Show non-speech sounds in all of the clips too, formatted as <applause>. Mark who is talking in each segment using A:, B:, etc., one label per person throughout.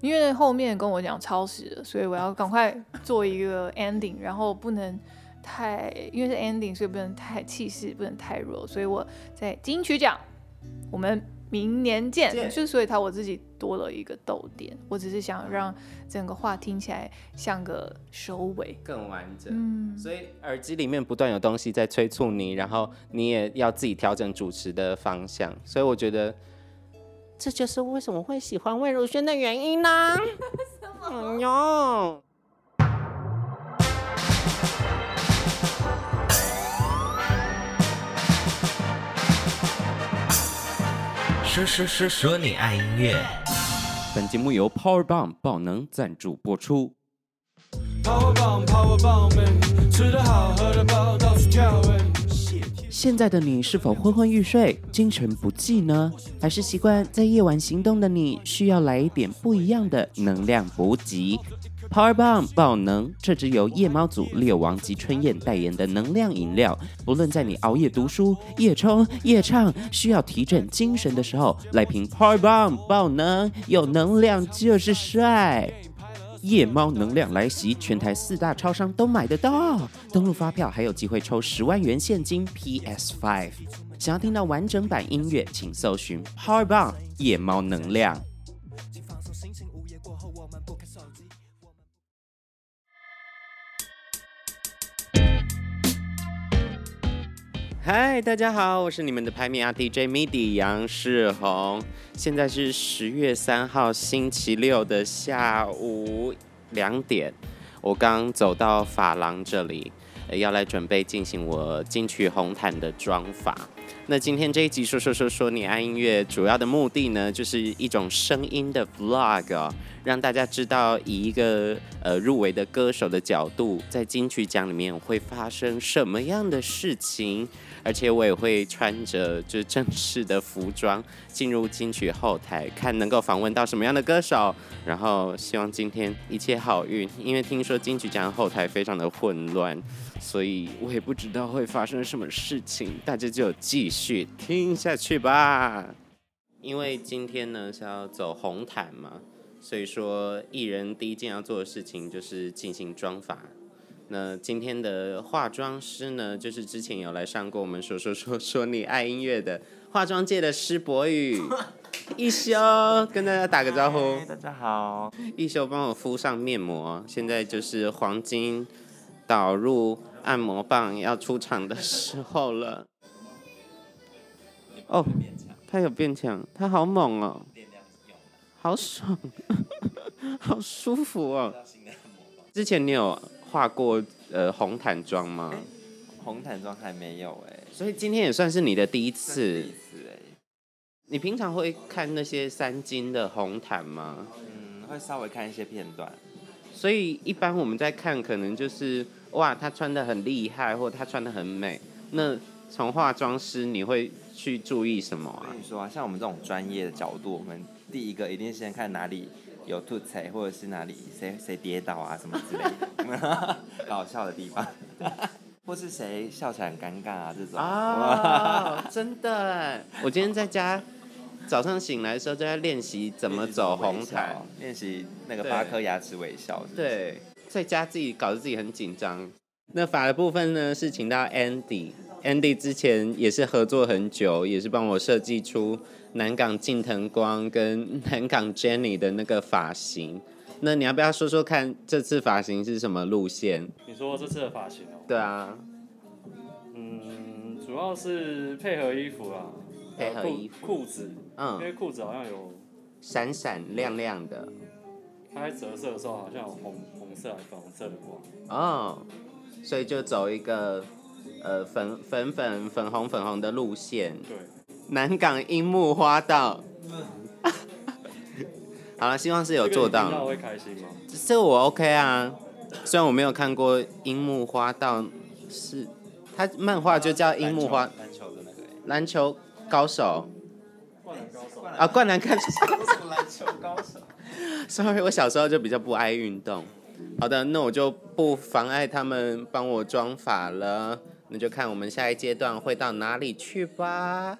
A: 因为后面跟我讲超时了，所以我要赶快做一个 ending，然后不能太，因为是 ending，所以不能太气势，不能太弱，所以我在金曲奖，我们明年见。
B: 见
A: 就是所以它我自己多了一个逗点，我只是想让整个话听起来像个收尾。
B: 更完整。
A: 嗯，
B: 所以耳机里面不断有东西在催促你，然后你也要自己调整主持的方向。所以我觉得这就是为什么会喜欢魏如萱的原因
C: <laughs>
B: 啦、哎呦，
D: 说说说说你爱音乐。
B: 本节目由 Power Bomb 爆能赞助播出。
E: Power bomb, power bomb，哎吃得好，喝得饱，到处跳哎。
B: 现在的你是否昏昏欲睡、精神不济呢？还是习惯在夜晚行动的你，需要来一点不一样的能量补给？Power Bomb 爆能，这支由夜猫组猎王及春燕代言的能量饮料，不论在你熬夜读书、夜冲、夜唱，需要提振精神的时候，来瓶 Power Bomb 爆能，有能量就是帅。夜猫能量来袭，全台四大超商都买得到。登录发票还有机会抽十万元现金 PS Five。想要听到完整版音乐，请搜寻 Power Bomb 夜猫能量。嗨，大家好，我是你们的拍面 R DJ MIDI 杨世宏。现在是十月三号星期六的下午两点，我刚走到发廊这里，呃要来准备进行我金曲红毯的妆发。那今天这一集说说说说你爱音乐，主要的目的呢，就是一种声音的 vlog 哦，让大家知道以一个呃入围的歌手的角度，在金曲奖里面会发生什么样的事情，而且我也会穿着就是正式的服装进入金曲后台，看能够访问到什么样的歌手，然后希望今天一切好运，因为听说金曲奖后台非常的混乱，所以我也不知道会发生什么事情，大家就继续听下去吧。因为今天呢是要走红毯嘛，所以说艺人第一件要做的事情就是进行妆发。那今天的化妆师呢，就是之前有来上过我们说说说说你爱音乐的化妆界的施博
D: <laughs>
B: 宇，一休跟大家打个招呼。
D: 大家好，
B: 一休帮我敷上面膜，现在就是黄金导入按摩棒要出场的时候了。哦，他有变强，他好猛哦，好爽， <laughs> 好舒服哦。之前你有画过呃红毯妆吗？
D: 红毯妆还没有哎、
B: 所以今天也算是你的第一
D: 是
B: 次
D: 第一。次哎，
B: 你平常会看那些三金的红毯吗？
D: 嗯，会稍微看一些片段。
B: 所以一般我们在看，可能就是哇，她穿的很厉害，或她穿的很美。那从化妆师，你会去注意什么
D: 我
B: 啊
D: 跟？你说啊，像我们这种专业的角度，我们第一个一定先看哪里有吐槽，或者是哪里谁谁跌倒啊什么之类的， <laughs> 搞笑的地方， <laughs> 或是谁笑起来很尴尬啊这种。
B: 啊、哦真的！我今天在家早上醒来的时候，就在练习怎么走红毯。，
D: 练习那个
B: 对
D: 八颗牙齿微笑。是不是，
B: 对，在家自己搞得自己很紧张。那法的部分呢，是请到 Andy。Andy 之前也是合作很久，也是帮我设计出南港近藤光跟南港 Jenny 的那个发型。那你要不要说说看这次发型是什么路线？
F: 你说这次的发型哦、
B: 对啊，
F: 嗯，主要是配合衣服啦，
B: 配合
F: 呃裤
B: 衣服
F: 裤子，因
B: 嗯，
F: 为裤子好像有，
B: 闪闪亮亮的
F: 它在折射的时候好像有红红色还是粉红色的光，
B: 哦，所以就走一个呃粉粉粉粉红粉红的路线。
F: 对，
B: 南港樱木花
F: <laughs>
B: 道。好了，希望是有做
F: 这个你听到
B: 到。
F: 会开心吗？
B: 这我 OK 啊，虽然我没有看过樱木花道，是他漫画就叫樱木花
D: 篮球的那个哎
B: 篮球高手
F: 灌篮高手，
B: 啊，灌篮高手。
D: 什么篮球高手？
B: <laughs> Sorry，我小时候就比较不爱运动。好的，那我就不妨碍他们帮我装法了，那就看我们下一阶段会到哪里去吧。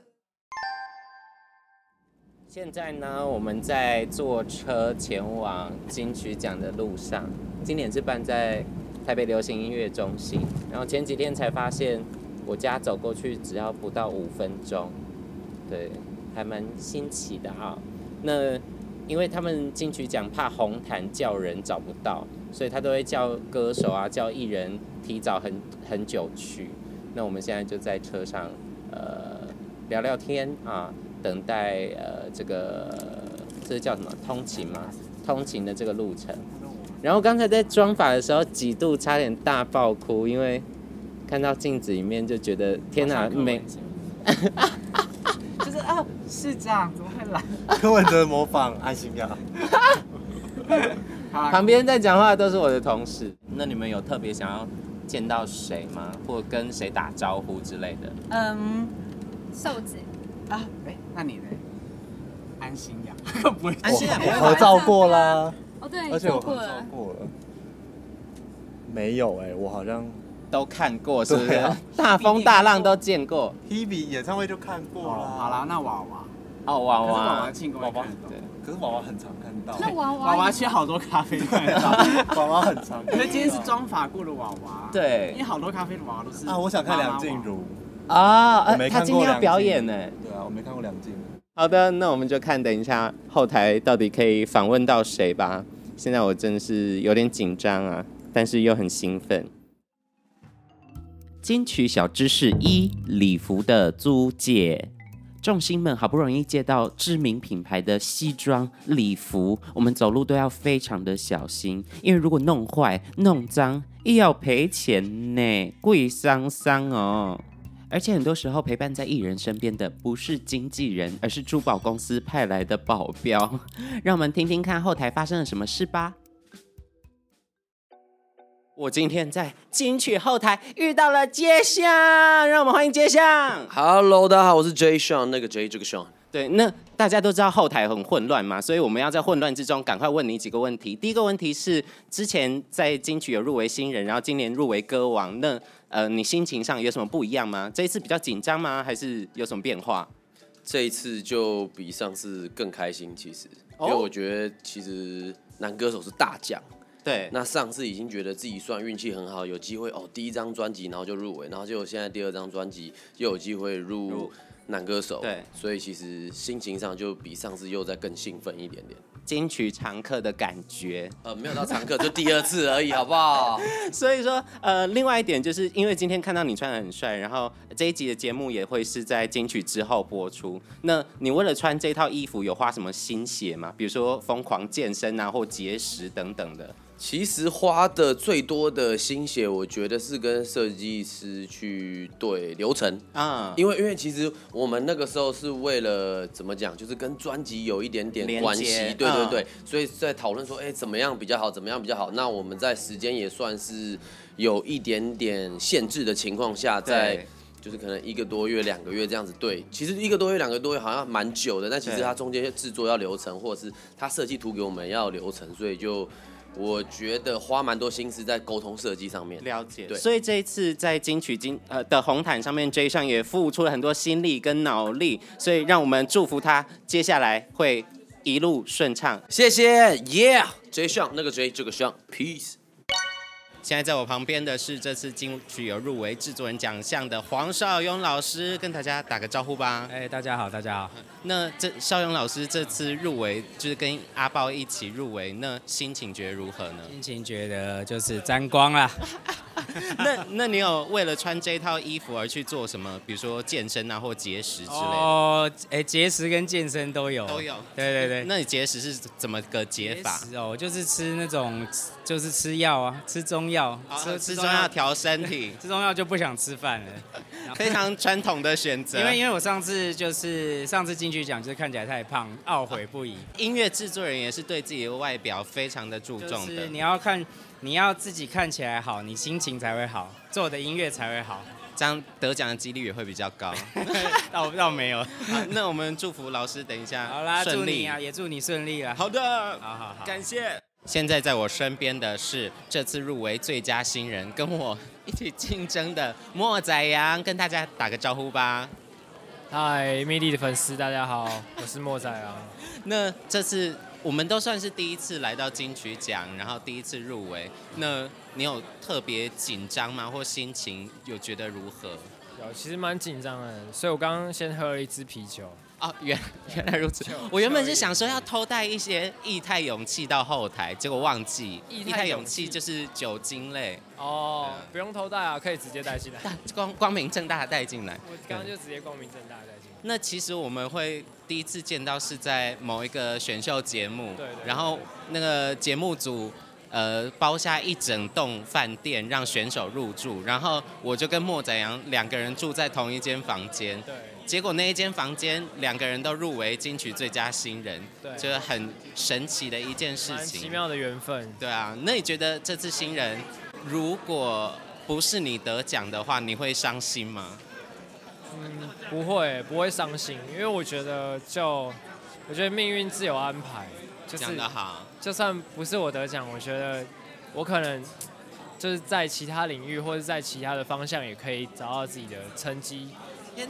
B: 现在呢，我们在坐车前往金曲奖的路上。今年是办在台北流行音乐中心，然后前几天才发现，我家走过去只要不到五分钟，对，还蛮新奇的啊、那因为他们金曲奖怕红毯叫人找不到，所以他都会叫歌手啊、叫艺人提早很很久去。那我们现在就在车上，呃，聊聊天啊，等待呃这个这是叫什么通勤嘛？通勤的这个路程。然后刚才在妆发的时候，几度差点大爆哭，因为看到镜子里面就觉得天哪，美
C: 就是啊，是这样，怎么会来？
B: <laughs>
G: 柯文哲模仿安心呀，
C: 好啦，
B: 旁边在讲话的都是我的同事。那你们有特别想要见到谁吗？或跟谁打招呼之类的？
C: 嗯
D: 瘦子，
C: 啊，哎、那你呢？安心呀，不会
D: 安心呀啊
G: 我合照过啦，
D: 哦对，
G: 而且我
D: 过
G: 合照
D: 了，
G: 过了。没有
B: 欸
G: 哎、我好像
B: 都看过是不是？
G: 对啊
B: 大风大浪都见过。
G: Hebe 演唱会就看过
C: 哦好啦，，那娃娃，
B: 哦，娃
C: 可是娃娃
B: 娃，
C: 庆功也看得懂，
G: 可是娃娃很常看到，
D: 那娃
C: 娃娃
D: 娃
C: 去好多咖啡看得到。
G: <laughs> 娃娃很常看到。
C: 可是今天是妆发过的娃娃，，因为
B: 对
C: 好多咖啡的娃娃都是
G: 啊，我想看
C: 妈妈
G: 梁静
C: 娃。
G: 茹。
B: 啊，
G: 我
B: 呃
G: 没
B: 他
G: 看
B: 今
G: 过
B: 天要
G: 梁
B: 表
G: 静
B: 演呢。
G: 对啊，我没看过梁静茹。
B: 好的，那我们就看等一下后台到底可以访问到谁吧。现在我真是有点紧张啊，但是又很兴奋。金曲小知识一：礼服的租借。众星们好不容易借到知名品牌的西装礼服，我们走路都要非常的小心，因为如果弄坏、弄脏，又要赔钱呢，贵伤伤哦。而且很多时候陪伴在艺人身边的不是经纪人，而是珠宝公司派来的保镖。让我们听听看后台发生了什么事吧。我今天在金曲后台遇到了街巷，让我们欢迎街巷。
H: Hello，大家好，我是 J Sean，那个 J 这个 Sean。
B: 对，那大家都知道后台很混乱嘛，所以我们要在混乱之中赶快问你几个问题。第一个问题是，之前在金曲有入围新人，然后今年入围歌王，那呃，你心情上有什么不一样吗？这一次比较紧张吗？还是有什么变化？
H: 这一次就比上次更开心，其实，
B: 哦
H: 因为我觉得其实男歌手是大奖。
B: 对，
H: 那上次已经觉得自己算运气很好，有机会哦，第一张专辑然后就入围，然后结果现在第二张专辑又有机会入
B: 入
H: 男歌手，
B: 对
H: 所以其实心情上就比上次又再更兴奋一点点。
B: 金曲常客的感觉。
H: 呃，没有到常客，就第二次
B: <laughs>
H: 而已，好不好？
B: 所以说，呃，另外一点就是因为今天看到你穿的很帅，然后这一集的节目也会是在金曲之后播出。那你为了穿这套衣服有花什么心血吗？比如说疯狂健身啊，或节食等等的。
H: 其实花的最多的心血，我觉得是跟设计师去对流程。
B: 啊、
H: 因为因为其实我们那个时候是为了怎么讲，就是跟专辑有一点点
B: 连
H: 关
B: 接
H: 系，对对
B: 嗯
H: 对，所以在讨论说，哎、怎么样比较好，怎么样比较好。那我们在时间也算是有一点点限制的情况下，在
B: 对
H: 就是可能一个多月、两个月这样子。对，其实一个多月、两个多月好像蛮久的，但其实
B: 对
H: 它中间制作要流程，或者是它设计图给我们要有流程，所以就我觉得花蛮多心思在沟通设计上面。
B: 了解，
H: 对
B: 所以这一次在金曲金呃的红毯上面，J 上也付出了很多心力跟脑力，所以让我们祝福他接下来会一路顺畅。
H: 谢谢，Yeah，J 上那个 J 这个上 p e a c e
B: 现在在我旁边的是这次金曲有入围制作人奖项的黄少庸老师，跟大家打个招呼吧。
I: 哎、大家好，大家好。
B: 那这邵勇老师这次入围，就是跟阿豹一起入围，那心情觉得如何呢？
I: 心情觉得就是沾光啦，
B: <laughs> 那那你有为了穿这套衣服而去做什么，比如说健身啊或节食之类的？
I: 哦，哎、节食跟健身都有，
B: 都有
I: 对对对，
B: 那你节食是怎么个节法？
I: 食哦，就是吃那种，就是吃药啊，吃中药，
B: 啊吃中药，调身体，
I: 吃中药 <laughs> 就不想吃饭了。
B: 非常传统的选择。
I: 因为因为我上次就是上次进去讲，就是看起来太胖，懊悔不已。
B: 音乐制作人也是对自己的外表非常的注
I: 就
B: 重的
I: 是你。要看，你要自己看起来好，你心情才会好，做的音乐才会好。
B: 这样得奖的几率也会比较
I: <laughs>
B: 高。
I: 倒倒没有，
B: 好那我们祝福老师，等一下
I: 好啦，祝
B: 顺
I: 你
B: 利
I: 啊，。也祝你顺利啦。
B: 好的，
I: 好好好。
B: 感谢。现在在我身边的是这次入围最佳新人，跟我一起竞争的莫仔阳，跟大家打个招呼吧。
J: 嗨，魅力的粉丝大家好，我是莫仔啊。
B: <laughs> 那这次我们都算是第一次来到金曲奖，然后第一次入围。那你有特别紧张吗？或心情有觉得如何？
J: 有，其实蛮紧张的，所以我刚刚先喝了一支啤酒。
B: 哦，原原来如此。我原本是想说要偷带一些液态勇气到后台，结果忘记。
J: 液态
B: 态
J: 勇
B: 勇气就是酒精类，
J: 哦，
B: 嗯
J: 不用偷带啊，可以直接带进来。
B: 光光明正大地带进来。
J: 我刚刚就直接光明正大地带进来。
B: 那其实我们会第一次见到是在某一个选秀节目，
J: 对对对
B: 然后那个节目组呃包下一整栋饭店让选手入住，然后我就跟莫仔阳两个人住在同一间房间，
J: 对，
B: 结果那一间房间两个人都入围金曲最佳新人，
J: 对
B: 就是很神奇的一件事
J: 蛮
B: 情，
J: 奇妙的缘分。
B: 对啊，那你觉得这次新人如果不是你得奖的话，你会伤心吗？
J: 嗯，不会，不会伤心，因为我觉得就，我觉得命运自有安排，就是
B: 讲得好，
J: 就算不是我得奖，我觉得我可能就是在其他领域或者在其他的方向也可以找到自己的成绩，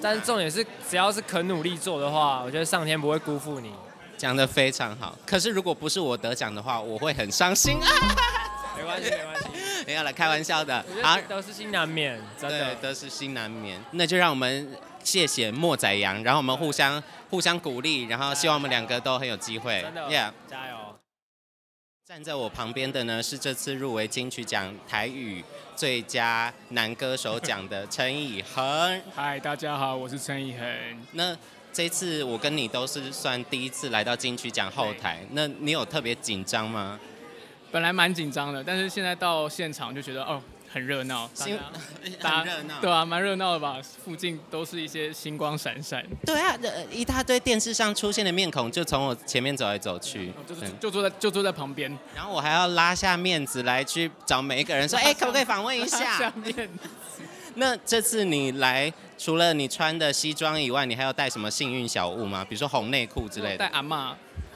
J: 但是重点是只要是肯努力做的话，我觉得上天不会辜负你。
B: 讲得非常好。可是如果不是我得奖的话，我会很伤心啊！ <laughs>
J: 没关系，没关系，
B: 没有了，开玩笑的
J: 我觉。
B: 好
J: 得，得失心难免，真
B: 对
J: 的，。
B: 得失心难免。那就让我们谢谢莫仔阳，然后我们互相互相鼓励，然后希望我们两个都很有机会。
J: 真的
B: Yeah，
J: 加油！
B: 站在我旁边的呢是这次入围金曲奖台语最佳男歌手奖
C: <laughs>
B: 的陈以恒。
C: 嗨，大家好，我是陈以恒。
B: 那这次我跟你都是算第一次来到金曲奖后台，那你有特别紧张吗？
C: 本来蛮紧张的，但是现在到现场就觉得哦，很热闹，大家
B: <laughs>
C: 大家
B: 热闹
C: 对啊，蛮热闹的吧？附近都是一些星光闪闪，
B: 对啊，呃一大堆电视上出现的面孔就从我前面走来走去，
C: 哦就是
B: 嗯
C: 就坐在就坐在旁边，
B: 然后我还要拉下面子来去找每一个人
C: <laughs>
B: 说，哎、可不可以访问一下
C: 下？面
B: 那这次你来，除了你穿的西装以外，你还要带什么幸运小物吗？比如说红内裤之类
C: 带
B: 的。
C: 阿嬷，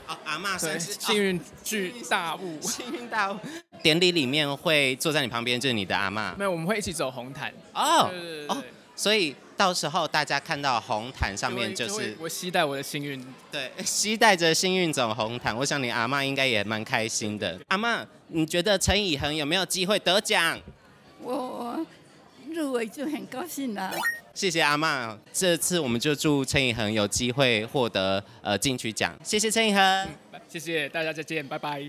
B: 哦，阿嬷
C: 对，
B: 算是
C: 幸运巨大物，
B: 幸运大物。典礼里面会坐在你旁边就是你的阿嬷，
C: 没有，我们会一起走红毯
B: 哦
C: 对对对对
B: 所以到时候大家看到红毯上面就
C: 会会
B: 是
C: 我期待我的幸运，
B: 对，期待着幸运走红毯。我想你阿嬷应该也蛮开心的。阿嬷，你觉得陈以恒有没有机会得奖？
K: 我入围就很高兴了。
B: 谢谢阿嬷，这次我们就祝陈以恒有机会获得呃金曲奖。谢谢陈以恒。
C: 谢谢大家，再见，拜拜。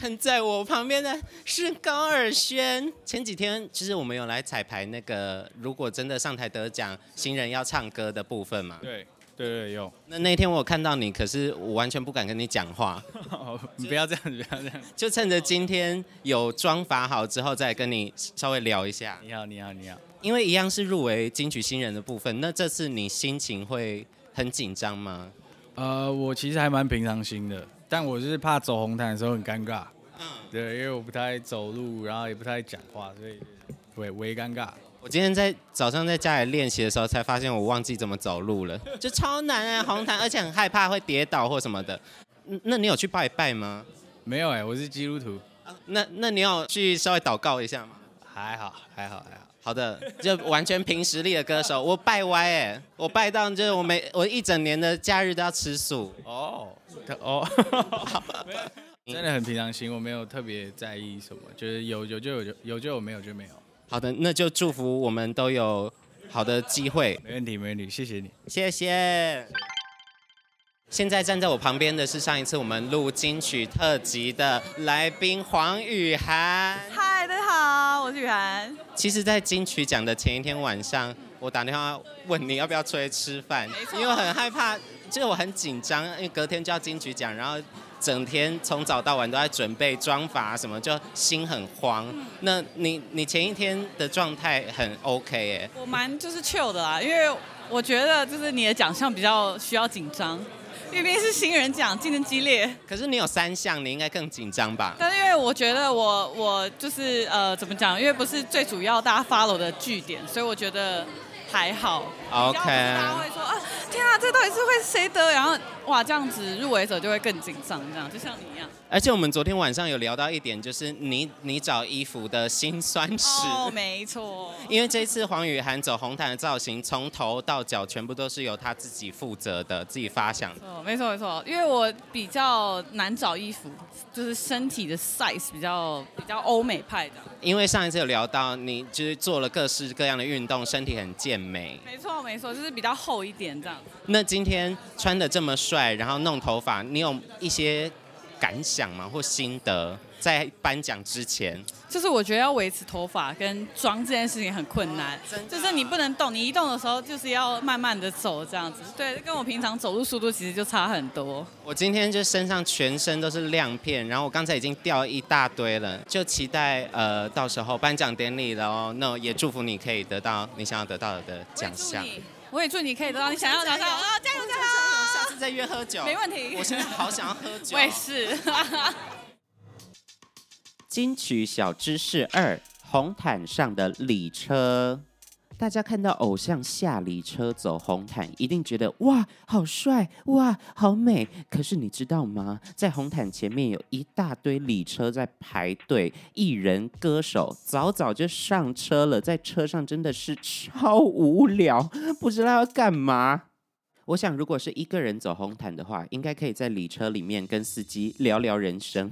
B: 站在我旁边的是高尔轩。前几天其实我们有来彩排那个，如果真的上台得奖，新人要唱歌的部分嘛。
I: 对对对，有。
B: 那那天我有看到你，可是我完全不敢跟你讲话，
I: <laughs> 你不要这样，不要这样。
B: 就趁着今天有妆法好之后，再跟你稍微聊一下。
I: 你好，你好，你好。
B: 因为一样是入围金曲新人的部分，那这次你心情会很紧张吗？
I: 呃，我其实还蛮平常心的，但我就是怕走红毯的时候很尴尬。对，因为我不太爱走路，然后也不太爱讲话，所以微微尴尬。
B: 我今天在早上在家里练习的时候，才发现我忘记怎么走路
I: <laughs>
B: 了，就超难啊，红毯，而且很害怕会跌倒或什么的。嗯那你有去拜拜吗？
I: 没有哎、我是基督徒。
B: 那那你有去稍微祷告一下吗？
I: 还好，还好，还好。
B: 好的，就完全凭实力的歌手，我拜歪哎、我拜到就是我每我一整年的假日都要吃素。
I: 哦 <laughs> 哦，真的很平常心，我没有特别在意什么，就是有有就有就有就有，没有就没有。
B: 好的，那就祝福我们都有好的机会。
I: 没问题，没问题，谢谢你。
B: 谢谢。现在站在我旁边的是上一次我们录金曲特辑的来宾黄雨涵。
L: 嗨，大家好，我是雨涵。
B: 其实，在金曲奖的前一天晚上，我打电话问你要不要出来吃饭，因为我很害怕，就是我很紧张，因为隔天就要金曲奖，然后整天从早到晚都在准备妆法什么，就心很慌。
L: 嗯
B: 那你你前一天的状态很 OK 哎、
L: 我蛮就是 chill 的啦，因为我觉得就是你的奖项比较需要紧张，因为毕竟是新人奖，竞争激烈。
B: 可是你有三项，你应该更紧张吧？
L: 但是因为我觉得我我就是呃怎么讲，因为不是最主要大家 follow 的据点，所以我觉得还好。
B: OK
L: 大家会说啊，天啊，这到底是会谁得？然后哇，这样子入围者就会更紧张，这样就像你一样。
B: 而且我们昨天晚上有聊到一点，就是你你找衣服的辛酸史，
L: 哦，没错，
B: 因为这一次黄雨涵走红毯的造型，从头到脚全部都是由她自己负责的，自己发想的。
L: 哦，没错没错，因为我比较难找衣服，就是身体的 size 比较比较欧美派的。
B: 因为上一次有聊到，你就是做了各式各样的运动，身体很健美。
L: 没错没错，就是比较厚一点这样。
B: 那今天穿的这么帅，然后弄头发，你有一些感想吗？或心得？在颁奖之前，
L: 就是我觉得要维持头发跟妆这件事情很困难，就是你不能动，你一动的时候就是要慢慢的走这样子。对，跟我平常走路速度其实就差很多。
B: 我今天就身上全身都是亮片，然后我刚才已经掉一大堆了，就期待呃到时候颁奖典礼了哦。那也祝福你可以得到你想要得到的奖项。
L: 我也祝你可以得到你想要的，
B: 加油
L: 哦，加油加油！
B: 下次再约喝酒
L: 没问题。
B: 我现在好想要喝酒
L: 我也是。
D: 金曲小知识二：红毯上的礼车。大家看到偶像下礼车走红毯，一定觉得哇，好帅，哇，好美。可是你知道吗？在红毯前面有一大堆礼车在排队，艺人、歌手早早就上车了，在车上真的是超无聊，不知道要干嘛。我想，如果是一个人走红毯的话，应该可以在礼车里面跟司机聊聊人生。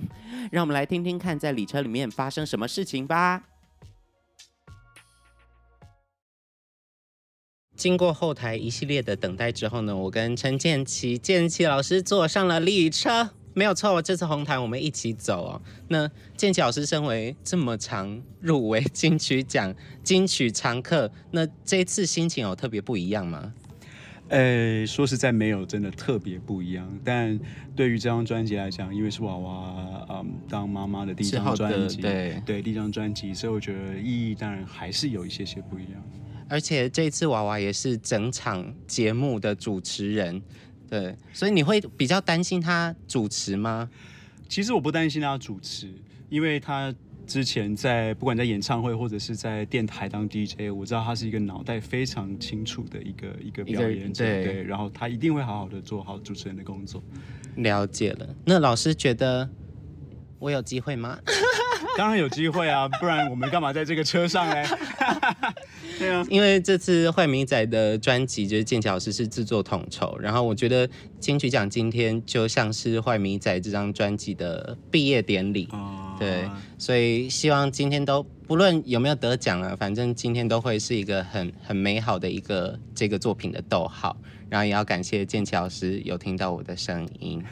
D: 让我们来听听看，在礼车里面发生什么事情吧。
B: 经过后台一系列的等待之后呢，我跟陈建奇、建奇老师坐上了礼车，没有错。这次红毯我们一起走哦。那建奇老师身为这么长入围金曲奖、金曲常客，那这次心情有特别不一样吗？
G: 呃，说实在没有真的特别不一样，但对于这张专辑来讲，因为是娃娃嗯当妈妈的第一
B: 之后
G: 张
B: 的
G: 专辑，
B: 对
G: 对第一张专辑，所以我觉得意义当然还是有一些些不一样。
B: 而且这次娃娃也是整场节目的主持人，对，所以你会比较担心他主持吗？
G: 其实我不担心他主持，因为他之前在不管在演唱会或者是在电台当 DJ，我知道他是一个脑袋非常清楚的一个一个
B: 一个
G: 表演者，
B: 对
G: 对，然后他一定会好好的做好主持人的工作。
B: 了解了。那老师觉得我有机会
G: <laughs>
B: 吗？
G: 当然有机会啊，不然我们干嘛在这个车上嘞？对啊，
B: 因为这次坏明仔的专辑就是剑桥老师是制作统筹，然后我觉得金曲奖今天就像是坏明仔这张专辑的毕业典礼，对，所以希望今天都不论有没有得奖啊，反正今天都会是一个很很美好的一个这个作品的逗号，然后也要感谢剑桥老师有听到我的声音。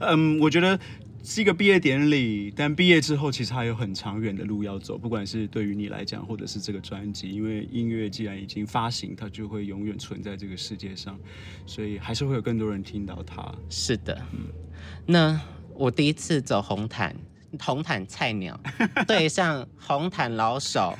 G: 嗯，我觉得是一个毕业典礼，但毕业之后其实还有很长远的路要走，不管是对于你来讲，或者是这个专辑，因为音乐既然已经发行，它就会永远存在这个世界上，所以还是会有更多人听到它。
B: 是的， <laughs> 那我第一次走红毯，红毯菜鸟对上红毯老手，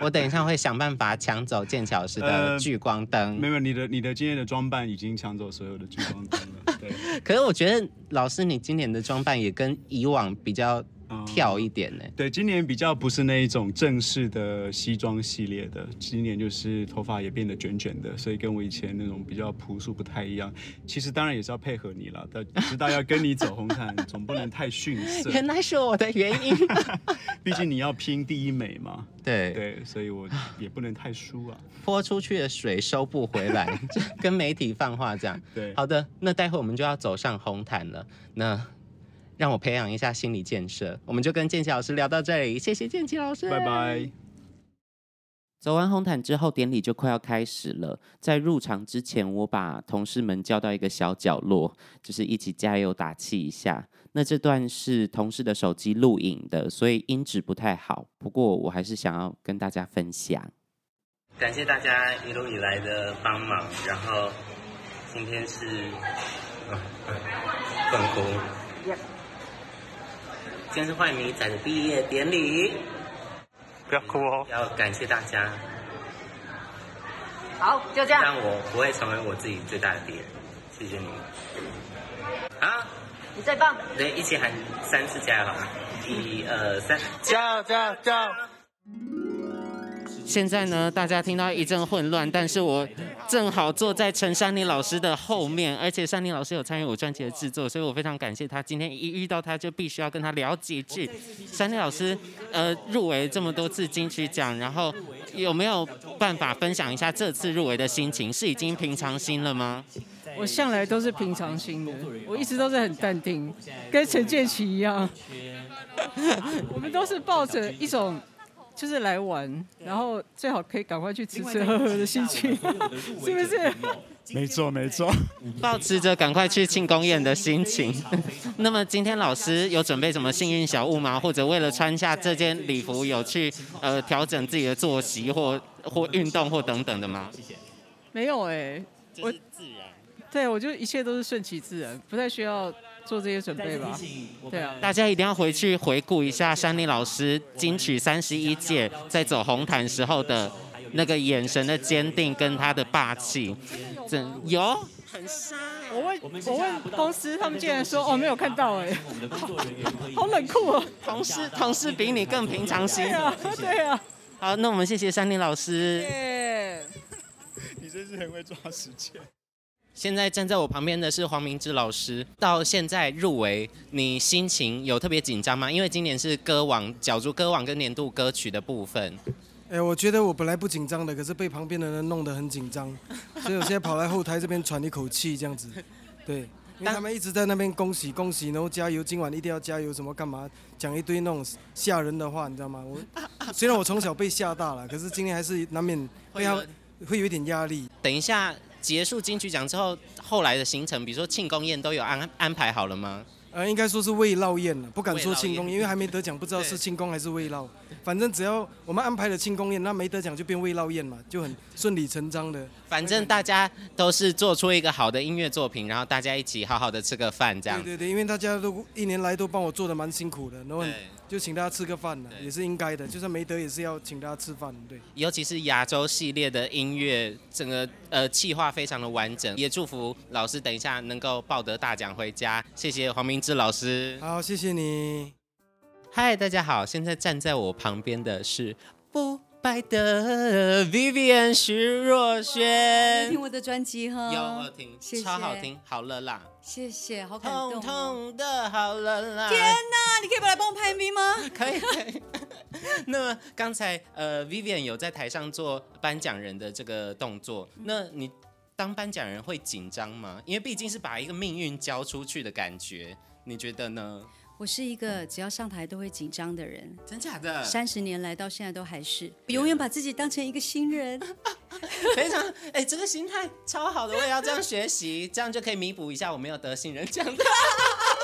B: 我等一下会想办法抢走剑桥师的
G: 呃
B: 聚光灯。
G: 没有，你的你的今天的装扮已经抢走所有的聚光灯了。对，
B: 可是我觉得老师你今年的装扮也跟以往比较跳一点呢、
G: 对，今年比较不是那一种正式的西装系列的，今年就是头发也变得卷卷的，所以跟我以前那种比较朴素不太一样。其实当然也是要配合你了，但知道要跟你走红毯， <laughs> 总不能太逊色。
B: 原来是我的原因。
G: 毕竟你要拼第一美嘛。
B: <laughs> 对
G: 对，所以我也不能太输啊。
B: 泼出去的水收不回来， <laughs> 就跟媒体放话这样。
G: 对
B: 好的，那待会我们就要走上红毯了。那让我培养一下心理建设，我们就跟建奇老师聊到这里，谢谢建奇老师，
G: 拜拜。
D: 走完红毯之后，典礼就快要开始了。在入场之前，我把同事们叫到一个小角落，就是一起加油打气一下。那这段是同事的手机录影的，所以音质不太好。不过我还是想要跟大家分享。
M: 感谢大家一路以来的帮忙，然后今天是，啊啊，不能哭。今天是坏迷仔的毕业典礼，不要哭哦。要感谢大家，
N: 好，就这
M: 让
N: 样。
M: 我不会成为我自己最大的敌人。谢谢你们。啊，
N: 你最棒。
M: 对，一起喊三次加油好吗？一二三，加油加油加油！
B: 现在呢，大家听到一阵混乱，但是我正好坐在陈珊妮老师的后面，而且珊妮老师有参与我专辑的制作，所以我非常感谢她。今天一遇到她就必须要跟她聊几句。珊妮老师，呃，入围这么多次金曲奖，然后有没有办法分享一下这次入围的心情？是已经平常心了吗？
N: 我向来都是平常心的，我一直都是很淡定，跟陈建奇一样， <laughs> 我们都是抱着一 <laughs> 种就是来玩，然后最好可以赶快去吃吃喝喝的心情，是不是？
B: 没错，没 <laughs> 错，保持着赶快去庆功宴的心情。 <laughs> 那么今天老师有准备什么幸运小物吗？或者为了穿下这件礼服，有去呃调整自己的作息或或运动或等等的吗？
N: <laughs> 没有哎、我自然，对我就一切都是顺其自然，不太需要做这些准备吧？对啊，
B: 大家一定要回去回顾一下山林老师金曲三十一届在走红毯时候的那个眼神的坚定跟他的霸气，真有。很傻。
N: 我问我问公司，他们竟然说哦没有看到
M: <laughs>
N: 哎、好冷酷哦。
B: 同事同事比你更平常心
N: 对啊，对啊。
B: 好，那我们谢谢山林老师。
N: 耶，
G: <laughs> 你真是很会抓时间。
B: 现在站在我旁边的是黄明志老师。到现在入围，你心情有特别紧张吗？因为今年是歌王角逐歌王跟年度歌曲的部分。
E: 哎、我觉得我本来不紧张的，可是被旁边的人弄得很紧张，所以我现在跑来后台这边喘一口气，这样子。对，因为他们一直在那边恭喜恭喜，然后加油，今晚一定要加油，什么干嘛，讲一堆那种吓人的话，你知道吗？我虽然我从小被吓大了，可是今天还是难免被他
B: 会
E: 会有一点压力。
B: 等一下结束金曲奖之后，后来的行程，比如说庆功宴，都有安安排好了吗？
E: 呃，应该说是未烙宴了，不敢说
B: 未烙宴
E: 庆功，因为还没得奖，不知道是庆功还是未烙。反正只要我们安排了庆功宴，那没得奖就变未烙宴嘛，就很顺理成章的。
B: 反正大家都是做出一个好的音乐作品，然后大家一起好好的吃个饭，这样
E: 对对对，因为大家都一年来都帮我做的蛮辛苦的，然后就请大家吃个饭呢，也是应该的，就算没得也是要请大家吃饭，对。
B: 尤其是亚洲系列的音乐，整个呃企划非常的完整，也祝福老师等一下能够抱得大奖回家。谢谢黄明志老师。
E: 好，谢谢你。
B: 嗨，大家好，现在站在我旁边的是不败的 Vivian 徐若
K: 你
B: 瑄
K: 听，我的专辑哈，
B: 有我有听，
K: 嗯谢谢
B: 超好听，好了啦。
K: 谢谢，好感动、哦。
B: 痛痛的，好了啦
K: 天哪，你可以来帮我拍 MV 吗？
B: 可以，可以。那么刚才呃，Vivian 有在台上做颁奖人的这个动作，
K: 嗯
B: 那你当颁奖人会紧张吗？因为毕竟是把一个命运交出去的感觉，你觉得呢？
K: 我是一个只要上台都会紧张的人，
B: 真假的
K: 三十年来到现在都还是，永远把自己当成一个新人。
B: 非常，哎、这个心态超好的，我也要这样学习，这样就可以弥补一下我没有得新人奖的。 <laughs>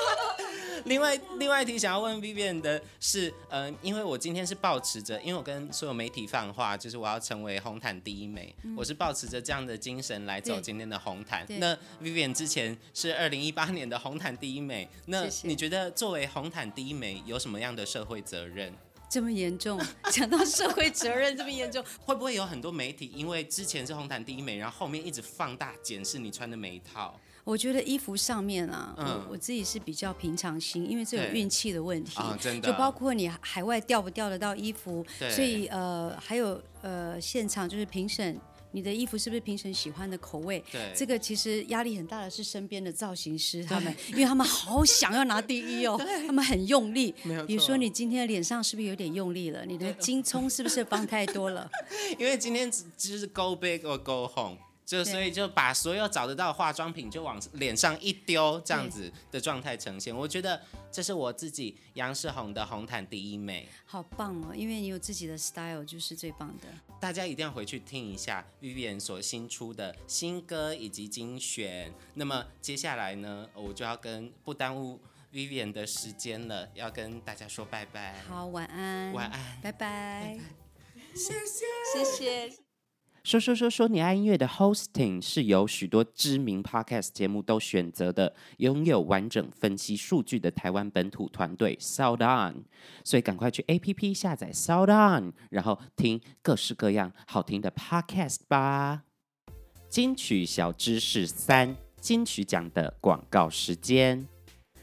B: 另外，另外一题想要问 Vivian 的是，嗯、因为我今天是抱持着，因为我跟所有媒体放话，就是我要成为红毯第一美，
K: 嗯
B: 我是抱持着这样的精神来走
K: 对
B: 今天的红毯。
K: 对
B: 那 Vivian 之前是二零一八年的红毯第一美，那
K: 谢谢
B: 你觉得作为红毯第一美有什么样的社会责任？
K: 这么严重，讲到 <laughs> 社会责任这么严重，
B: <laughs> 会不会有很多媒体因为之前是红毯第一美，然后后面一直放大检视你穿的每一套？
K: 我觉得衣服上面啊，
B: 嗯
K: 我我自己是比较平常心，因为这有
B: 对
K: 运气的问题，
B: 啊真的
K: 就包括你海外调不调得到衣服，
B: 对
K: 所以呃，还有呃，现场就是评审。你的衣服是不是评审喜欢的口味？
B: 对
K: 这个其实压力很大的是身边的造型师他们，因为他们好想要拿第一哦，他们很用力
B: 没有。
K: 比如
B: 错
K: 说你今天的脸上是不是有点用力了？你的金葱是不是放太多了？ <laughs>
B: <laughs> 因为今天只就是 go big or go home，就
K: 对
B: 所以就把所有找得到的化妆品就往脸上一丢，这样子的状态呈现。我觉得这是我自己杨世宏的红毯第一美，
K: 好棒哦，因为你有自己的 style 就是最棒的。
B: 大家一定要回去听一下 Vivian 所新出的新歌以及精选。那么接下来呢，我就要跟不耽误 Vivian 的时间了，要跟大家说拜拜。
K: 好，晚安，
B: 晚安，
K: 拜拜，
O: 谢谢。
K: 谢谢。
D: 说说说说你爱音乐的 hosting 是由许多知名 podcast 节目都选择的，拥有完整分析数据的台湾本土团队 Sound On，所以赶快去 APP 下载 Sound On，然后听各式各样好听的 podcast 吧。金曲小知识三：金曲奖的广告时间。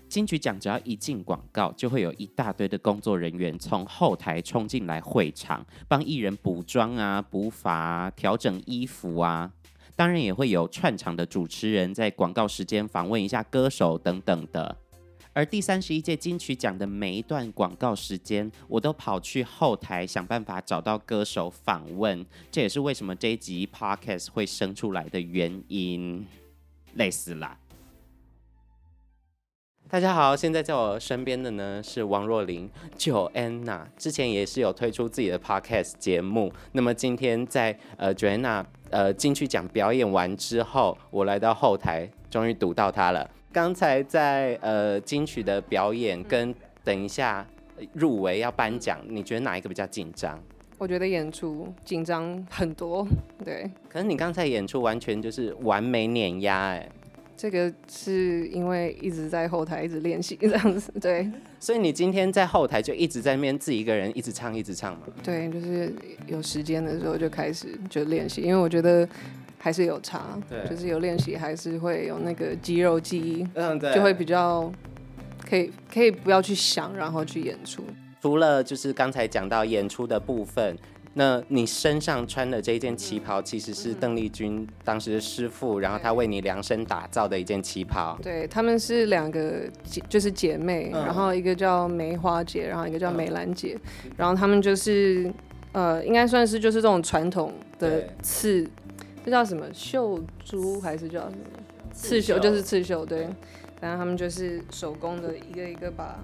D: 金曲奖只要一进广告，就会有一大堆的工作人员从后台冲进来会场，帮艺人补妆啊、补发啊、调整衣服啊。当然也会有串场的主持人在广告时间访问一下歌手等等的。而第三十一届金曲奖的每一段广告时间，我都跑去后台想办法找到歌手访问，这也是为什么这一集 podcast 会生出来的原因。累死啦！大家好，现在在我身边的呢是王若琳 Joanna，之前也是有推出自己的 podcast 节目。那么今天在呃 Joanna 呃金曲奖表演完之后，我来到后台，终于堵到她了。刚才在呃金曲的表演跟等一下呃入围要颁奖，你觉得哪一个比较紧张？
O: 我觉得演出紧张很多， <laughs> 对，
D: 可是你刚才演出完全就是完美碾压哎、
O: 这个是因为一直在后台一直练习这样子， <laughs> 对
D: 所以你今天在后台就一直在那边自己一个人一直唱一直唱嘛？
O: 对，就是有时间的时候就开始就练习，因为我觉得还是有差，
D: 对
O: 就是有练习还是会有那个肌肉记忆，
D: 嗯对
O: 就会比较可以可以不要去想，然后去演出。
D: 除了就是刚才讲到演出的部分，那你身上穿的这一件旗袍其实是邓丽君当时的师傅，然后他为你量身打造的一件旗袍。
O: 对，她们是两个姐，就是姐妹，
D: 嗯
O: 然后一个叫梅花姐，然后一个叫梅兰姐，然后她们就是呃，应该算是就是这种传统的
D: 对
O: 刺，这叫什么绣珠还是叫什么刺
D: 刺绣
O: 绣？就是刺绣，对。然后她们就是手工的一个一个把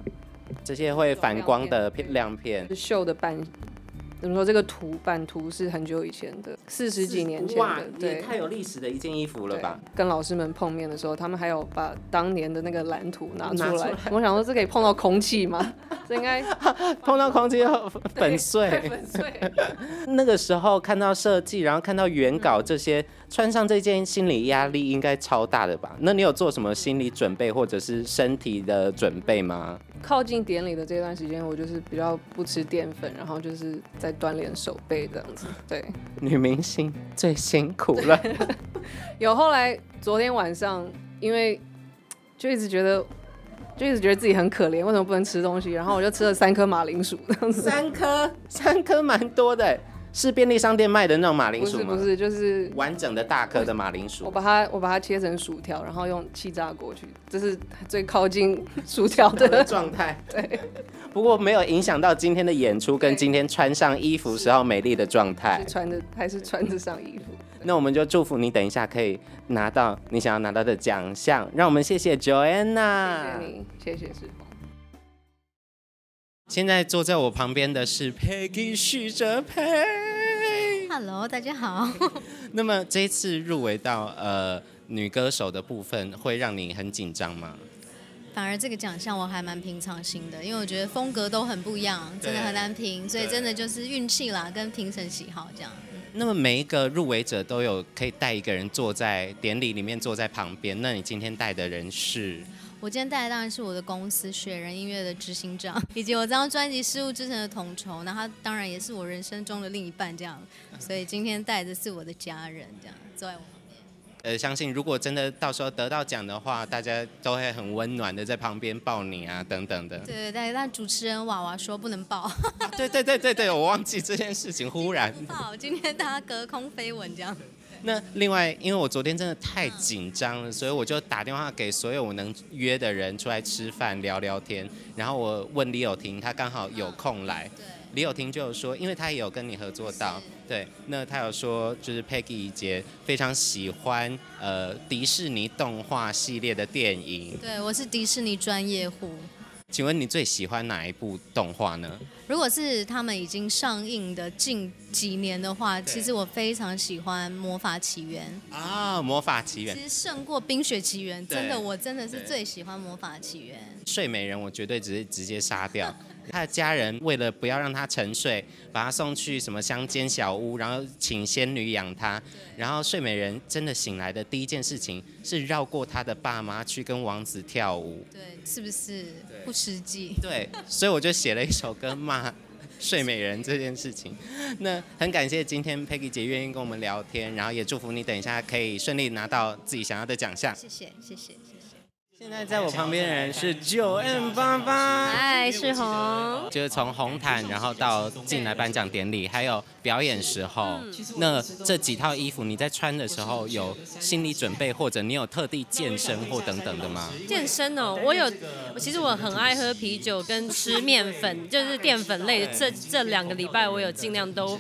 D: 这些会反光的片亮片
O: 就，绣的版，怎么说这个图版图是很久以前的，四十几年前
D: 哇
O: 的，，
D: 也
O: 对。
D: 太有历史的一件衣服了吧？
O: 跟老师们碰面的时候，他们还有把当年的那个蓝图拿出来。
D: 拿出来
O: <laughs> 我想说，这可以碰到空气吗？ <laughs> 这
B: <laughs>
O: 应该
D: 碰到空气
N: <laughs>
D: 后粉碎。
O: 粉碎。
D: <laughs> 那个时候看到设计，然后看到原稿这些，穿上这件心理压力应该超大的吧？那你有做什么心理准备或者是身体的准备吗？
O: 靠近典礼的这段时间，我就是比较不吃淀粉，然后就是在锻炼手背这样子。对，
D: 女明星最辛苦了。
O: 有后来昨天晚上，因为就一直觉得。就一直觉得自己很可怜，为什么不能吃东西？然后我就吃了三颗马铃薯，这样子。
D: 三颗，三颗蛮多的，欸是 <laughs> 便利商店卖的那种马铃薯吗？
O: 不是不是就是
D: 完整的大颗的马铃
O: 我
D: 薯。
O: 把它我把它切成薯条，然后用气炸锅去，这是最靠近薯条的
D: 状态。
O: <laughs> 对，
D: 不过没有影响到今天的演出跟今天穿上衣服时候美丽的状态。
O: 穿的还是穿得上衣服。
D: 那我们就祝福你，等一下可以拿到你想要拿到的奖项。让我们谢谢 Joanna。
O: 谢谢你，谢谢师傅。
B: 现在坐在我旁边的是 Peggy 许哲佩。
P: Hello，大家好。 <laughs>
B: 那么这一次入围到呃女歌手的部分，会让你很紧张吗？
P: 反而这个奖项我还蛮平常心的，因为我觉得风格都很不一样，真的
B: 对
P: 很难评，所以
B: 对
P: 真的就是运气啦，跟评审喜好这样。
B: 那么每一个入围者都有可以带一个人坐在典礼里面坐在旁边，那你今天带的人是？
P: 我今天带的当然是我的公司雪人音乐的执行长， <laughs> 以及我这张专辑《失物之城》的统筹，那他当然也是我人生中的另一半这样，所以今天带的是我的家人这样坐在我。
B: 呃，相信如果真的到时候得到奖的话，大家都会很温暖的在旁边抱你啊，等等的。啊
P: 对对对，但主持人娃娃说不能抱， <laughs>
B: 对对对对对，我忘记这件事情，忽然。
P: 抱，今天大家隔空飞吻这样。
B: 那另外，因为我昨天真的太紧张了，所以我就打电话给所有我能约的人出来吃饭聊聊天。然后我问李友廷，他刚好有空来。李友廷就有说，因为他也有跟你合作到，对，那他有说就是 Peggy 姐非常喜欢呃迪士尼动画系列的电影，
P: 对，我是迪士尼专业户。
B: 请问你最喜欢哪一部动画呢？
P: 如果是他们已经上映的近几年的话，其实我非常喜欢《魔法起源》，
B: 啊，《魔法奇缘
P: 其》实胜过《冰雪奇缘》。
B: 对
P: 真的，我真的是
B: 对
P: 最喜欢《魔法起源》。
B: 睡美人，我绝对直接直接杀掉。 <laughs> 他的家人为了不要让他沉睡，把他送去什么乡间小屋，然后请仙女养他。然后睡美人真的醒来的第一件事情是绕过他的爸妈去跟王子跳舞。
P: 对，是不是不实际？ <laughs>
B: 对，所以我就写了一首歌骂 <laughs> 睡美人这件事情。那很感谢今天 Peggy 姐愿意跟我们聊天，然后也祝福你等一下可以顺利拿到自己想要的奖项。
P: 谢谢，谢谢，谢谢。
B: 现在在我旁边的人是九 M 八八，
P: 哎，世宏，
B: 就是从红毯，然后到进来颁奖典礼，还有表演时候，那这几套衣服你在穿的时候有心理准备，或者你有特地健身或等等的吗？
Q: 健身哦，我有，我其实我很爱喝啤酒跟吃面粉，就是淀粉类的。这这两个礼拜我有尽量都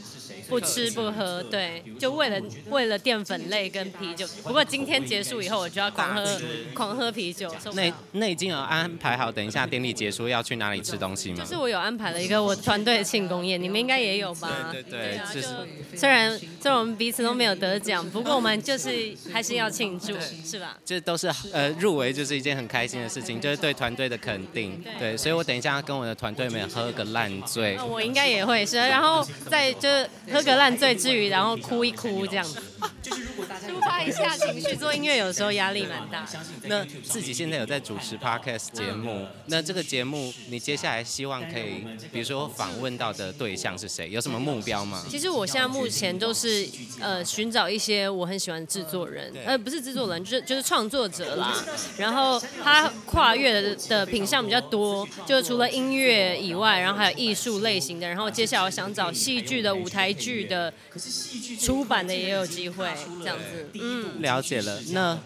Q: 不吃不喝，对，就为了为了淀粉类跟啤酒。不过今天结束以后，我就要狂喝狂喝啤酒。受不了
B: 那那已经有安排好，等一下典礼结束要去哪里吃东西吗
Q: 就？是我有安排了一个我团队的庆功宴，你们应该也有吧？
B: 对对，就是
Q: 虽然虽然我们彼此都没有得奖，不过我们就是还是要庆祝，是吧？
B: 这都是呃入围就是一件很开心的事情，就是对团队的肯定。对，所以我等一下要跟我的团队们喝个烂醉
Q: 那。我应该也会是，然后在就是喝个烂醉之余，然后哭一哭这样子，抒发一下情绪。做音乐有时候压力蛮大。
B: 那自己现在有在主持 podcast 节
Q: 嗯
B: 目，那这个节目你接下来希望可以，比如说访问到的对象是谁？有什么目标吗？
Q: 其实我现在目前都是呃寻找一些我很喜欢的制作人，呃不是制作人，就是就是创作者啦。然后他跨越的的品相比较多，就是除了音乐以外，然后还有艺术类型的。然后接下来我想找戏剧的、舞台剧的，出版的也有机会这样子。嗯，
B: 了解了。那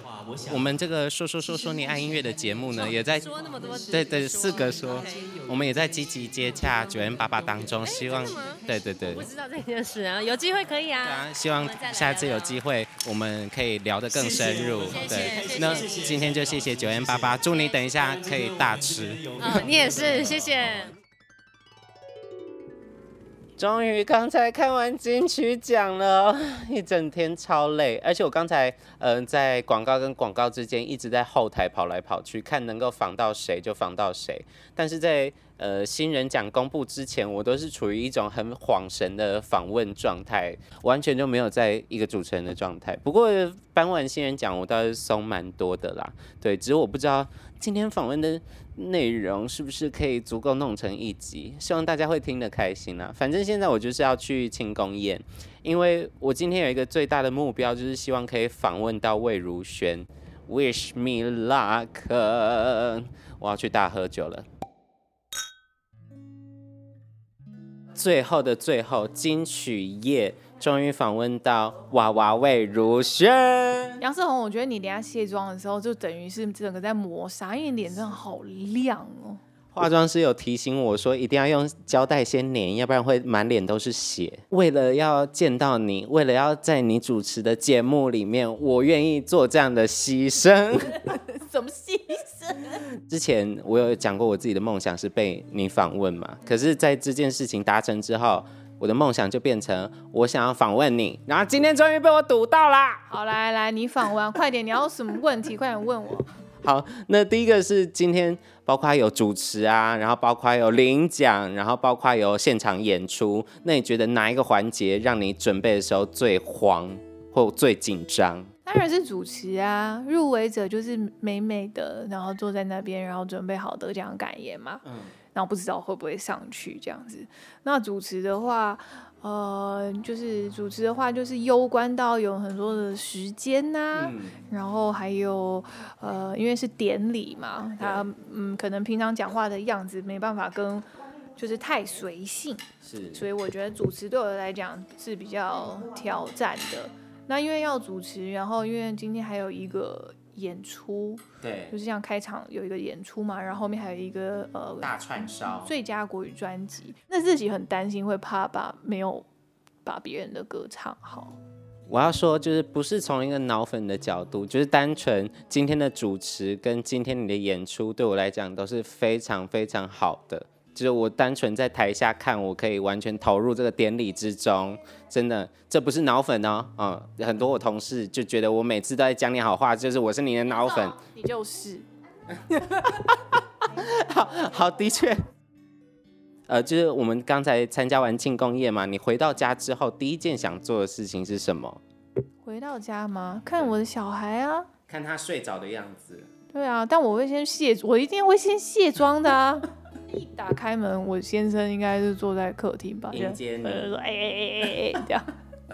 B: 我们这个说说说说你爱音乐的节目呢，也在
Q: 说那么多
B: 对对四个说，我们也在积极接洽九元爸爸当中，
Q: 哎
B: 希望对对对
Q: 不，知道这件事啊，有机会可以啊。
B: 希望下一次有机会我们可以聊得更深入。对，那今天就谢谢九元爸爸，祝你等一下可以大吃。
Q: 嗯，你也是，谢谢。
B: 终于刚才看完金曲奖了， <laughs> 一整天超累，而且我刚才嗯、呃在广告跟广告之间一直在后台跑来跑去，看能够访到谁就访到谁。但是在呃新人奖公布之前，我都是处于一种很恍神的访问状态，完全就没有在一个主持人的状态。不过颁完新人奖，我倒是松蛮多的啦。对，只是我不知道今天访问的内容是不是可以足够弄成一集，希望大家会听得开心啦。反正现在我就是要去庆功宴，因为我今天有一个最大的目标，就是希望可以访问到魏如萱。Wish me luck，我要去大喝酒了。最后的最后，金曲夜终于访问到娃娃魏如萱。
A: 杨世宏，我觉得你等一下卸妆的时候，就等于是整个在磨砂，因为你脸真的好亮
B: <laughs>
A: 哦。 <laughs>
B: 化妆师有提醒我说，一定要用胶带先粘，要不然会满脸都是血。为了要见到你，为了要在你主持的节目里面，我愿意做这样的牺牲。 <laughs>
A: 什么牺牲？
B: 之前我有讲过我自己的梦想是被你访问嘛，可是，在这件事情达成之后，我的梦想就变成我想要访问你，然后今天终于被我堵到啦。
A: 好，来来，你访问，快点，你要什么问题？快点问我。
B: 好，那第一个是今天包括有主持啊，然后包括有领奖，然后包括有现场演出。那你觉得哪一个环节让你准备的时候最慌或最紧张？
A: 当然是主持啊，入围者就是美美的，然后坐在那边，然后准备好得奖感言嘛。嗯。然后不知道会不会上去这样子。那主持的话，呃，就是主持的话，就是攸关到有很多的时间呐、
B: 嗯
A: 然后还有呃，因为是典礼嘛，他嗯，可能平常讲话的样子没办法跟，就是太随性。
B: 是
A: 所以我觉得主持对我来讲是比较挑战的。那因为要主持，然后因为今天还有一个演出，
B: 对
A: 就是像开场有一个演出嘛，然后后面还有一个呃
B: 大串烧
A: 最佳国语专辑。那自己很担心，会怕把没有把别人的歌唱好。
B: 我要说，就是不是从一个脑粉的角度，就是单纯今天的主持跟今天你的演出对我来讲都是非常非常好的。就是我单纯在台下看，我可以完全投入这个典礼之中，真的，这不是脑粉哦，嗯，很多我同事就觉得我每次都在讲你好话，就是我是你的脑粉，
A: 你就是
B: <laughs> 好，的确。呃，就是我们刚才参加完庆功宴嘛，你回到家之后第一件想做的事情是什么？
A: 回到家吗？看我的小孩啊，
B: 看他睡着的样子。
A: 对啊，但我会先卸，我一定会先卸妆
B: <laughs>
A: 的啊。一打开门，我先生应该是坐在客厅吧，
B: 迎接你
A: 哎 <laughs> 就呃说哎哎哎哎哎，这样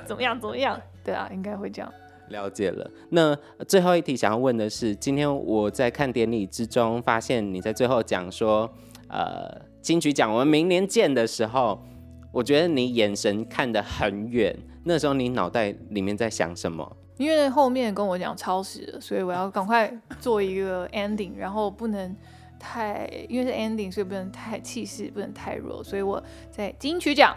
A: 怎么样怎么样？对啊，应该会这样。
B: 了解了。那最后一题想要问的是，今天我在看典礼之中发现你在最后讲说，呃，金曲奖我们明年见的时候，我觉得你眼神看得很远，那时候你脑袋里面在想什么？
A: 因为后面跟我讲超时了，所以我要赶快做一个 ending，然后不能太，因为是 ending，所以不能太气势，不能太弱，所以我在金曲奖，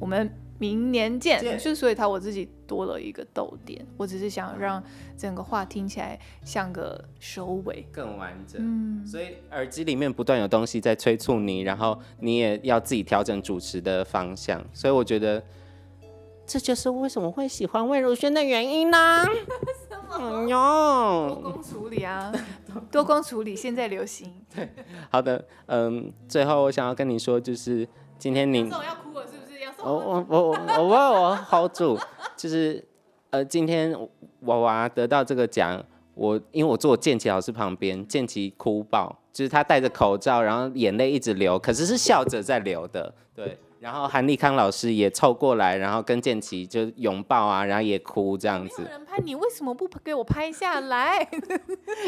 A: 我们明年见，
L: 见
A: 就是所以它我自己多了一个逗点，我只是想让整个话听起来像个收尾，
B: 更完整
A: 嗯，
B: 所以耳机里面不断有东西在催促你，然后你也要自己调整主持的方向，所以我觉得这就是为什么会喜欢魏如萱的原因呢？ <laughs> 哎呦，
A: 多工处理
B: <laughs>
A: 啊，多工处理现在流行，
B: 好的，嗯，最后我想要跟你说，就是今天你，
A: 要哭了是不是？要
B: 我我我我我我 hold 住， <laughs> 就是呃，今天娃娃得到这个奖，我因为我坐我建奇老师旁边，建奇哭爆，就是他戴着口罩，然后眼泪一直流，可是是笑着在流的，对。然后韩立康老师也凑过来，然后跟建奇就拥抱啊，然后也哭这样子。
A: 潘，你为什么不给我拍下来？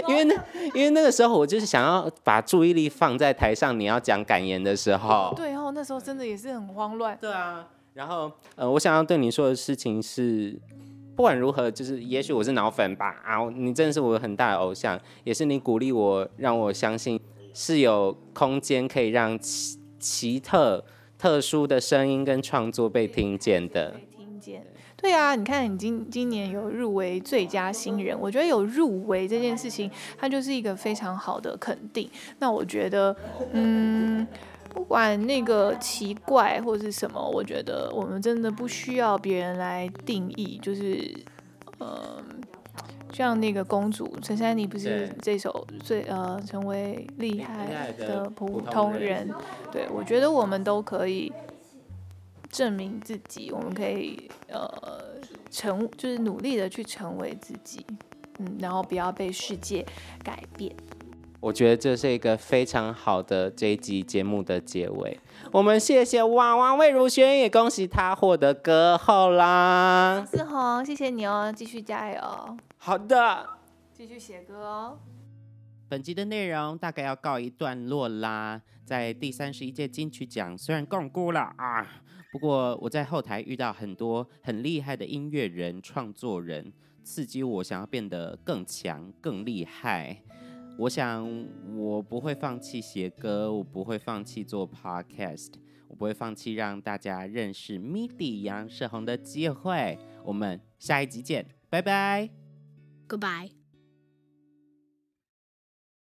B: 因为那因为那个时候我就是想要把注意力放在台上你要讲感言的时候。
A: 对哦，那时候真的也是很慌乱。
B: 对啊，然后呃，我想要对你说的事情是，不管如何，就是也许我是脑粉吧，啊，你真的是我很大的偶像，也是你鼓励我，让我相信是有空间可以让奇奇特、特殊的声音跟创作被听见的。
A: 听见。对啊，你看你今今年有入围最佳新人，我觉得有入围这件事情，它就是一个非常好的肯定。那我觉得，嗯，不管那个奇怪或是什么，我觉得我们真的不需要别人来定义，就是，嗯。像那个公主陈珊妮不是
L: 对
A: 这首最呃成为厉害
L: 的
A: 的普
L: 普通
A: 通
L: 人
A: 人，对我觉得我们都可以证明自己，我们可以呃成就是努力的去成为自己，嗯，然后不要被世界改变。
B: 我觉得这是一个非常好的这一集节目的结尾。我们谢谢娃娃啊魏如萱，也恭喜她获得歌后啦。
A: 志宏，谢谢你哦，继续加油，
B: 好的，
A: 继续写歌哦。
B: 本集的内容大概要告一段落啦。在第三十一届金曲奖虽然共估了啊，不过我在后台遇到很多很厉害的音乐人、创作人，刺激我想要变得更强、更厉害。我想我不会放弃写歌，我不会放弃做 podcast，我不会放弃让大家认识 MIDI 杨世宏的机会。我们下一集见，拜拜。
R: Goodbye。